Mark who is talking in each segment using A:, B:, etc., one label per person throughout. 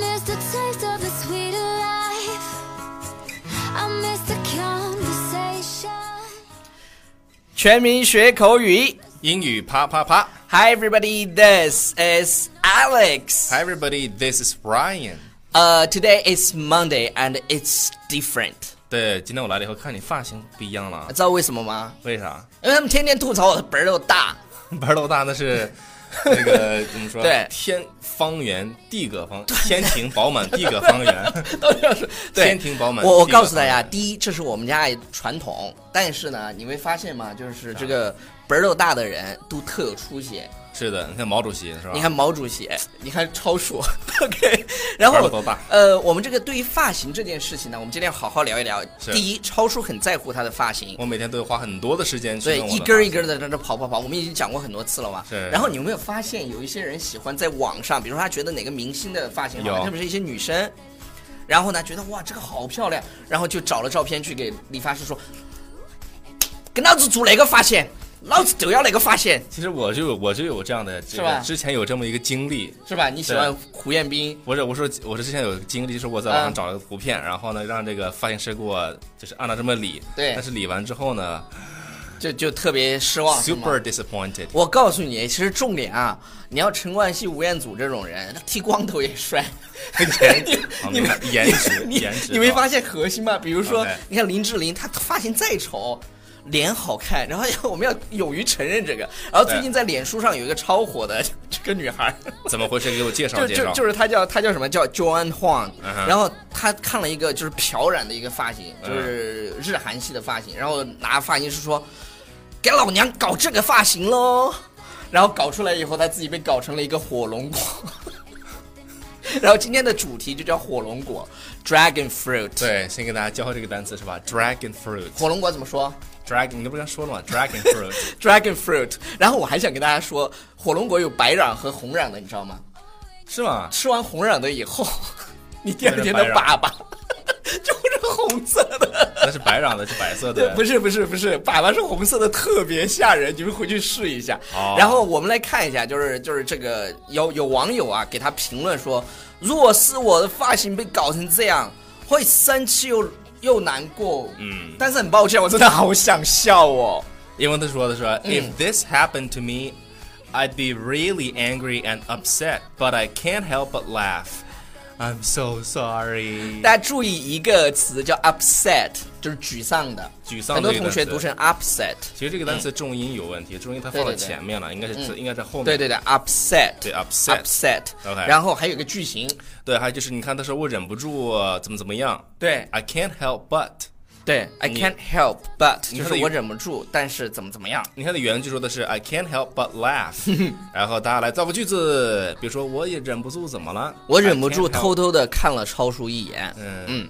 A: taste of a sweeter life. I miss the conversation.
B: 全民学口语。
C: 英语啪啪啪
B: Hi everybody, this is Alex.
C: ！Hi everybody, this is Brian。
B: Uh, today is Monday and it's different.
C: 对，今天我来了以后，看你发型不一样了啊
B: 知，道为什么吗？
C: 为啥？
B: 因为他们天天吐槽我的本儿又大。
C: 玩老大那是 那个怎么说？
B: 对
C: 天方圆，地各方，天庭饱满，地各方圆。
B: 都这样说对，
C: 天庭饱满
B: 我我
C: 地阁
B: 告诉大
C: 饱
B: 家，
C: 满
B: 第一，这是我们家传统，但是呢，你会发现吗？
C: 啊
B: 就是这个本儿都大的人都特有出息。
C: 是的，你看毛主席是吧？
B: 你看毛主席，你看超 叔，OK，然
C: 玩
B: 后
C: 得多大
B: 呃，我们这个对于发型这件事情呢，我们今天要好好聊一聊。
C: 是
B: 第一，超叔很在乎他的发型，
C: 我每天都会花很多的时间去
B: 对，
C: 弄我
B: 一
C: 的
B: 根儿
C: 发
B: 一根儿的在这跑跑跑，我们已经讲过很多次了嘛。
C: 是
B: 然后你有没有发现有一些人喜欢在网上，比如说他觉得哪个明星的发型好
C: 有
B: 看，特别是一些女生，然后呢觉得哇这个好漂亮，然后就找了照片去给理发师说，给老子做那个发型，老子就要那个发型，
C: 其实我就有我就有这样的，这
B: 是
C: 个
B: 吧
C: 之前有这么一个经历，
B: 是吧？你喜欢胡彦斌，
C: 不是，我说我是之前有个经历，就是我在网
B: 嗯
C: 上找了个图片，然后呢让这个发型师给我就是按照这么理，
B: 对
C: 但是理完之后呢
B: 就就特别失望是吗
C: ，super disappointed。
B: 我告诉你，其实重点啊，你要陈冠希、吴彦祖这种人，他剃光头也 帅。你
C: 好
B: 你
C: 明白
B: 没
C: 哦颜值
B: 你
C: 颜值
B: 你没
C: 好
B: 发现核心吗？比如说
C: OK，
B: 你看林志玲，她发型再丑。脸好看，然后我们要 勇于承认这个。然后最近在脸书上有一个超火的 这个女孩，
C: 怎么回事？给我介绍
B: 就
C: 介
B: 就
C: 绍。
B: 就是她叫她叫什么叫 Joan Huang，、
C: 嗯哼嗯
B: 然后她看了一个就是漂染的一个发型，就是日韩系的发型，然后拿发型师说给老娘搞这个发型喽，然后搞出来以后，她自己被搞成了一个火龙果。 然后今天的主题就叫火龙果 （Dragon Fruit）。，
C: 对，先给大家教这个单词是吧？Dragon
B: 火龙果怎么说
C: fruit，dragon，你这不是刚说了吗？Dragon fruit，
B: ？Dragon Fruit。然后我还想跟大家说，火龙果有白瓤和红瓤的，你知道吗？
C: 是吗？
B: 吃完红瓤的以 后，你第二天的
C: 变成白
B: 粑粑就是红色的。
C: 那是白瓤的，是白色
B: 对，
C: 的。
B: 不是不是不是，粑粑是红色的，特别吓人，你们回去试一下。
C: 哦
B: 然后我们来看一下，就是就是这个有有网友啊给他评论说，若是我的发型被搞成这样，会生气又又难过。
C: 嗯
B: 但是很抱歉，我真的好想笑哦。
C: 因为他说的是、If this happened to me, I'd be really angry and upset, but I can't help but laugh. I'm so sorry。
B: 大家注意一个词叫 upset，就是沮丧的，
C: 沮丧
B: 很多
C: 这个
B: 同学
C: 单
B: 读
C: 词
B: 成 upset。
C: 其实这个单词重音有问题，重音它
B: 对
C: 放
B: 对
C: 到
B: 对
C: 前面了，应该是字应该在后面。
B: 对对对，upset，
C: 对 upset
B: upset
C: OK
B: 然后还有一个句型，
C: 对还有就是你看他说我忍不住呃怎么怎么样，
B: 对
C: ，I can't help but。
B: 对，I
C: 你
B: can't help but，
C: 你
B: 就
C: 看
B: 是
C: 这
B: 我
C: 有
B: 忍不住，但是怎么怎么样？
C: 你看的原句说的是 I can't help but laugh，然后大家来造个句子，比如说我也忍不住怎么了？
B: 我忍不住
C: I can't help-
B: 偷偷的看了超叔一眼，
C: 嗯，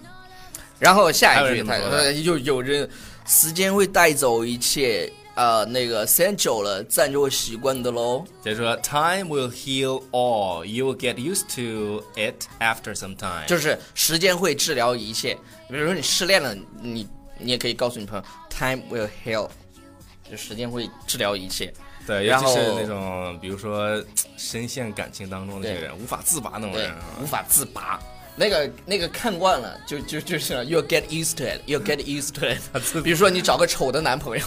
B: 然后下
C: 还有
B: 一
C: 人
B: 句
C: 怎么
B: 他
C: 说的
B: 呃又有人，时间会带走一切，呃，那个时间久了，自然就会习惯的喽。
C: 就是说 Time will heal all, you will get used to it after some time。
B: 就是时间会治疗一切。比如说你失恋了，你你也可以告诉你朋友，time will heal，就时间会治疗一切。
C: 对，尤
B: 然
C: 其
B: 后
C: 是那种比如说深陷感情当中的这个
B: 对
C: 人，无法自拔那种
B: 对
C: 人啊，，
B: 无法自拔。那个那个看惯了，就就就是了 you get used to it，you get used to
C: 自
B: it。
C: 拔
B: 比如说你找个丑的男朋友，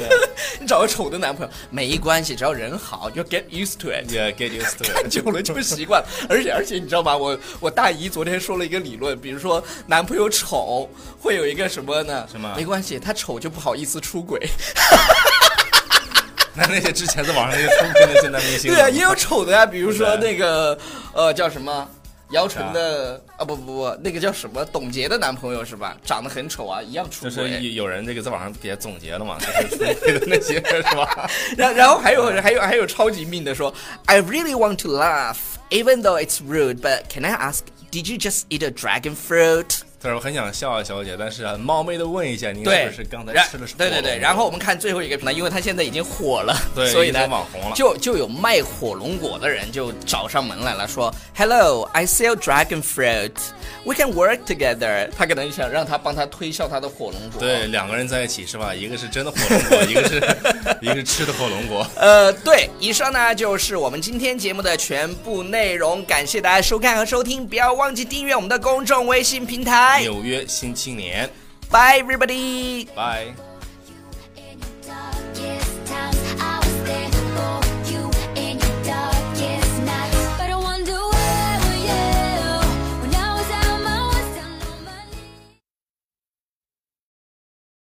B: 你找个丑的男朋友没关系，只要人好，you get used to it。
C: 也 get used to
B: 看
C: it。
B: 久了就习惯了，而且而且你知道吗？我我大姨昨天说了一个理论，比如说男朋友丑会有一个什么呢？
C: 什么
B: 没关系，他丑就不好意思出轨。
C: 那那些之前在网上那些出片的些男明星，
B: 对啊，也有丑的呀、比如说
C: 对
B: 那个呃叫什么姚晨的啊不不不，那个叫什么董洁的男朋友是吧？长得很丑啊，一样出
C: 就
B: 轨。
C: 是有有人这个在网上给他总结了嘛，就是出轨的那些是吧？
B: 然然后还有还有还有超级命的说，I really want to laugh, even though it's rude, but can I ask, did you just eat a dragon fruit？
C: 他说我很想笑啊，小姐，但是啊，冒昧的问一下，您是
B: 对，
C: 不是刚才
B: 然
C: 吃了什么火龙
B: 对
C: 果？
B: 对对，然后我们看最后一个评论，因为他现在已经火了，
C: 对
B: 所以
C: 已
B: 呢
C: 经网红了
B: 就就有卖火龙果的人就找上门来了，说 Hello, I sell dragon fruit, we can work together。他可能想让他帮他推销他的火龙果。
C: 对，两个人在一起是吧？一个是真的火龙果，一 个是一个是吃的火龙果。
B: 呃，对，以上呢就是我们今天节目的全部内容，感谢大家收看和收听，不要忘记订阅我们的公众微信平台。
C: 纽约新青年，
B: Bye everybody。
C: 拜。